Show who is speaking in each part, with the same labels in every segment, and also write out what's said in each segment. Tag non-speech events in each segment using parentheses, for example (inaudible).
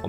Speaker 1: 我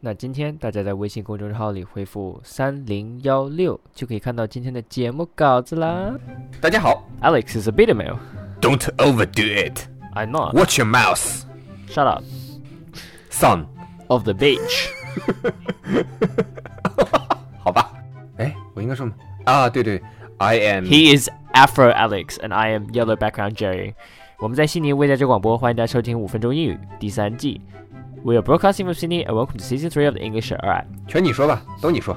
Speaker 2: 那今天大家在微信公众号里回复三零幺六，就可以看到今天的节目稿子啦。
Speaker 1: 大家好，
Speaker 2: Alex is a beta male.
Speaker 3: Don't overdo it.
Speaker 2: I'm not.
Speaker 3: Watch your mouth,
Speaker 2: Shut up.
Speaker 3: son.
Speaker 2: Of the beach.
Speaker 3: 好吧。哎，我应该说吗？啊，对对，I am
Speaker 2: He is Afro Alex and I am Yellow Background Jerry. 我们在悉尼为大家广播，欢迎大家收听五分钟英语第三季。We are broadcasting from Sydney and welcome to season three of the English Alright.
Speaker 3: 全你说吧，都你说。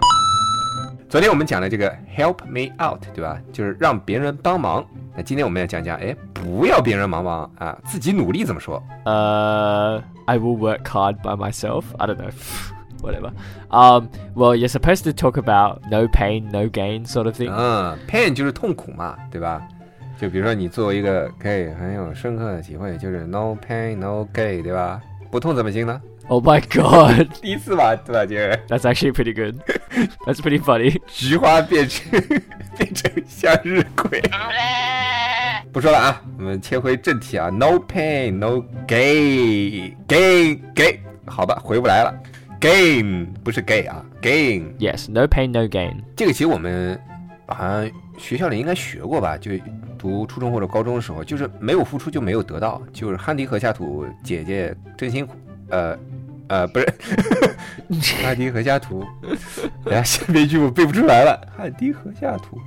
Speaker 3: 昨天我们讲了这个 help me out，对吧？就是让别人帮忙。那今天我们要讲讲，哎，不要别人帮忙啊，自己努力怎么说？
Speaker 2: Uh, I will work hard by myself. I don't know. (laughs) Whatever. Um, well, you're supposed to talk about no pain, no gain sort of thing.
Speaker 3: 嗯，pain 就是痛苦嘛，对吧？就比如说你作为一个 gay 很有深刻的体会，就是 no pain no gay，对吧？不痛怎么行呢？
Speaker 2: Oh my (laughs) god.
Speaker 3: 第一次吧，对吧，杰瑞？
Speaker 2: That's actually pretty (laughs) good. That's pretty funny.
Speaker 3: 菊花变成 (laughs) 变成向日葵。不说了啊，我们切回正题啊。No pain, no gain, gain, gain。好吧，回不来了。Gain 不是 gay 啊，gain
Speaker 2: Yes, no pain, no (laughs) gain.
Speaker 3: 这个其实我们好像学校里应该学过吧，就读初中或者高中的时候，就是没有付出就没有得到，就是汗滴禾下土，姐姐真辛苦。呃呃，不是，汗滴禾下土。哎呀，下面一句我背不出来了，汗滴禾下土，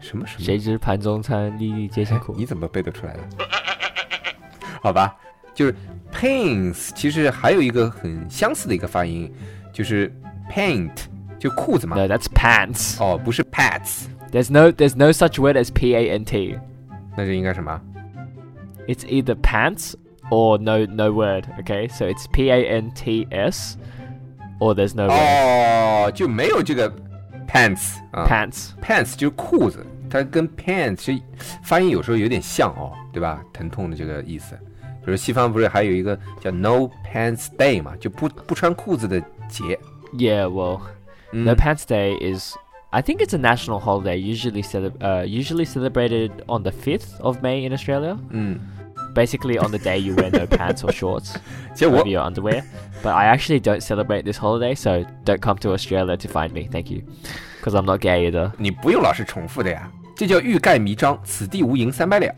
Speaker 3: 什么什么？
Speaker 2: 谁知盘中餐，粒粒皆辛苦。
Speaker 3: 你怎么背得出来的？好吧，就是 pains，其实还有一个很相似的一个发音，就是 paint，就裤子嘛。
Speaker 2: No, that's pants.
Speaker 3: 哦，不是 pants，
Speaker 2: There's no, there's no such word as P A N T.
Speaker 3: 那是应该什么？
Speaker 2: It's either pants or no, no word. Okay, so it's P A N T S, or there's no word.
Speaker 3: 哦，就没有这个 pants
Speaker 2: Oh.
Speaker 3: 啊
Speaker 2: Pants.
Speaker 3: pants 就是裤子，它跟 pants 是发音有时候有点像哦，对吧？疼痛的这个意思。比如西方不是还有一个叫 no pants day 嘛，就不不穿裤子的节。
Speaker 2: Yeah, well,
Speaker 3: 嗯
Speaker 2: no pants day is. I think it's a national holiday, usually cele- uh, usually celebrated on the fifth of May in Australia.
Speaker 3: 嗯，
Speaker 2: Basically, on the day you wear (laughs) no pants or shorts.
Speaker 3: 其实我
Speaker 2: over your underwear. But I actually don't celebrate this holiday, so don't come to Australia to find me. Thank you. Because I'm not gay either.
Speaker 3: 你不用老是重复的呀，这叫欲盖弥彰，此地无银三百两。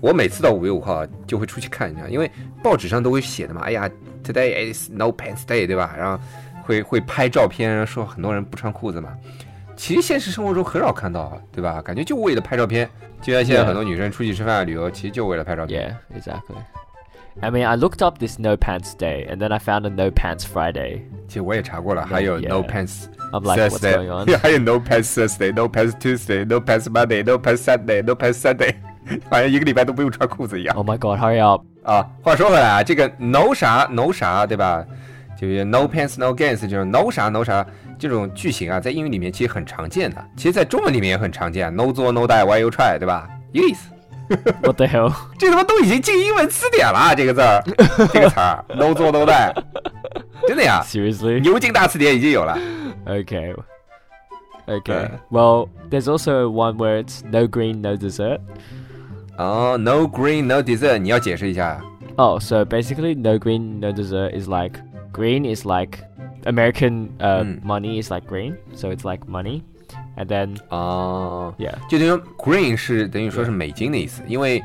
Speaker 3: 我每次到五月五号就会出去看一下，因为报纸上都会写的嘛。哎呀，Today is No Pants Day，对吧？然后会会拍照片，说很多人不穿裤子嘛。其实现实生活中很少看到啊，对吧？感觉就为了拍照片，就像现在
Speaker 2: Yeah
Speaker 3: 很多女生出去吃饭、旅游，其实就为了拍照片。
Speaker 2: Yeah, exactly. I mean, I looked up this no pants day, and then I found a no pants Friday.
Speaker 3: 其实我也查过了，还有
Speaker 2: Yeah
Speaker 3: No Pants
Speaker 2: I'm like, what's going
Speaker 3: (laughs)
Speaker 2: on?
Speaker 3: 还有 No Pants Thursday，No Pants Tuesday，No Pants Monday，No Pants Sunday，No Pants Sunday，好 (laughs) 像一个礼拜都不用穿裤子一样。
Speaker 2: Oh my god, hurry up.
Speaker 3: 啊，话说回来啊，这个 no 啥 no 啥，对吧？就是 no pants no gains，就是 no 啥 no 啥这种句型啊，在英语里面其实很常见的，其实，在中文里面也很常见，no 啊做 no die why you try，对吧？一个意思。
Speaker 2: What
Speaker 3: (laughs)
Speaker 2: the hell?
Speaker 3: 这他妈都已经进英文词典了啊，这个字
Speaker 2: (laughs)
Speaker 3: 儿，这个词儿，no 做 no die，真的
Speaker 2: (laughs)
Speaker 3: 呀，
Speaker 2: Seriously?
Speaker 3: 牛津大词典已经有了。
Speaker 2: Okay. Okay.
Speaker 3: Uh.
Speaker 2: Well, there's also one where it's no green, no dessert.
Speaker 3: 哦、n o green no dessert，你要解释一下。
Speaker 2: Oh, so basically, no green, no dessert is like green is like American uh,
Speaker 3: Mm.
Speaker 2: money is like green, so it's like money, and then
Speaker 3: 哦、
Speaker 2: yeah,
Speaker 3: 就等于说 green 是等于说是美金的意思，因为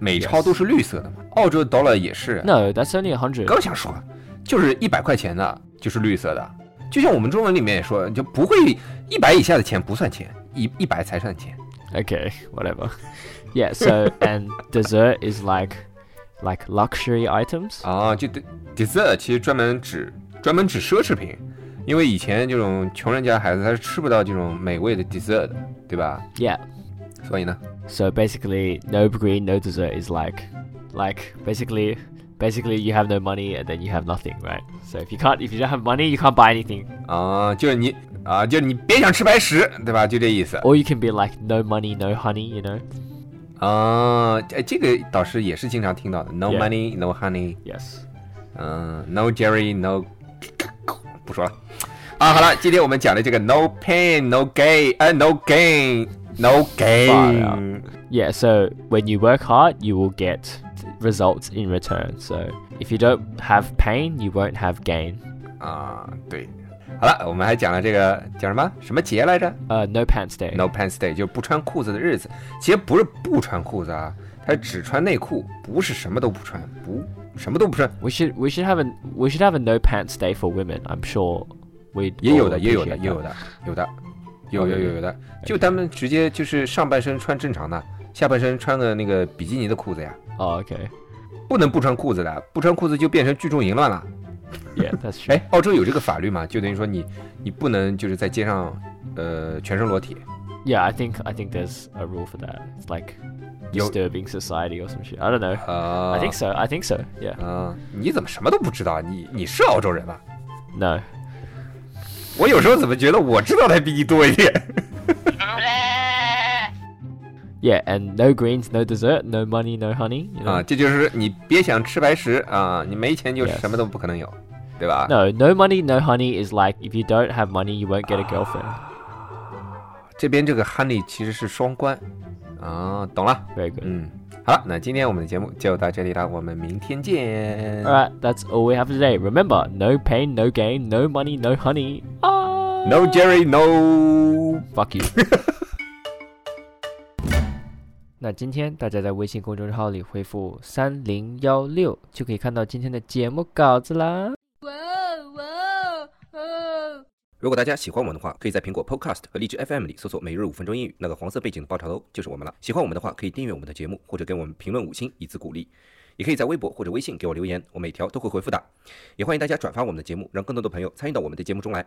Speaker 3: 美钞都是绿色的嘛，澳洲 dollar 也是。
Speaker 2: no, that's only a hundred.
Speaker 3: 刚想说，就是一百块钱的，就是绿色的，就像我们中文里面也说，就不会一百以下的钱不算钱，一一百才算钱。
Speaker 2: Okay, whatever. (laughs) Yeah, so and dessert is like like luxury items.
Speaker 3: 啊，就 de- dessert 其实专门指专门指奢侈品，因为以前这种穷人家孩子他是吃不到这种美味的 dessert 的，对吧？
Speaker 2: Yeah,
Speaker 3: 所以呢，
Speaker 2: So basically, no green, no dessert is like, like basically, basically you have no money and then you have nothing, right? So if you can't, if you don't have money, you can't buy anything.
Speaker 3: 啊，就是你啊，就是你别想吃白食，对吧？就这意思
Speaker 2: Or you can be like, no money, no honey, you know?
Speaker 3: 啊。哎，这个倒是也是经常听到的，no
Speaker 2: Yeah
Speaker 3: money, no honey，
Speaker 2: Yes.
Speaker 3: 嗯，no Jerry, no，不说了。啊，好了，今天我们讲的这个 no pain, no gain，哎，no gain, no gain，
Speaker 2: Yeah. So when you work hard, you will get results in return. So if you don't have pain, you won't have gain.
Speaker 3: 啊，对。好了，我们还讲了这个叫什么什么节来着
Speaker 2: Uh, no pants day.
Speaker 3: ？No pants day，就是不穿裤子的日子。其实不是不穿裤子啊，它是只穿内裤，不是什么都不穿，不什么都不穿。
Speaker 2: We should we should have a we should have a no pants day for women. I'm sure we
Speaker 3: 也有的，也有的，也有的，有的，有哦有哎有有的，就他们直接就是上半身穿正常的，下半身穿个那个比基尼的裤子呀，
Speaker 2: Oh, okay.
Speaker 3: 不能不穿裤子的，不穿裤子就变成聚众淫乱了。
Speaker 2: Yeah, that's true.
Speaker 3: 哎，澳洲有这个法律嘛？就等于说你你不能就是在街上，呃，全身裸体。
Speaker 2: Yeah, I think I think there's a rule for that. It's like
Speaker 3: Yo- Uh.
Speaker 2: disturbing society or some shit. I don't know.
Speaker 3: 啊
Speaker 2: I think so. I think so. Yeah.
Speaker 3: 啊，你怎么什么都不知道？你你是澳洲人吧？
Speaker 2: No.
Speaker 3: 我有时候怎么觉得我知道的还比你多一点？
Speaker 2: Yeah, and no greens, no dessert, no money, no honey. You know?
Speaker 3: 啊，这就是你别想吃白食啊，你没钱就
Speaker 2: Yes
Speaker 3: 什么都不可能有，对吧？
Speaker 2: No, no money, no honey is like if you don't have money, you won't get a girlfriend.
Speaker 3: 这边这个 honey 其实是双关啊，懂了。
Speaker 2: Very good.
Speaker 3: 嗯，好了，那今天我们的节目就到这里了，我们明天见。
Speaker 2: Alright, that's all we have today. Remember, no pain, no gain, no money, no honey. Ah,
Speaker 3: No Jerry, no.
Speaker 2: fuck you. (laughs) 那今天大家在微信公众号里回复三零幺六，就可以看到今天的节目稿子啦。
Speaker 4: Whoa, whoa, oh.
Speaker 1: 如果大家喜欢我们的话，可以在苹果 Podcast 和荔枝 FM 里搜索“每日五分钟英语”，那个黄色背景的爆炒头就是我们了。喜欢我们的话，可以订阅我们的节目，或者给我们评论五星以资鼓励。也可以在微博或者微信给我留言，我每条都会回复的。也欢迎大家转发我们的节目，让更多的朋友参与到我们的节目中来。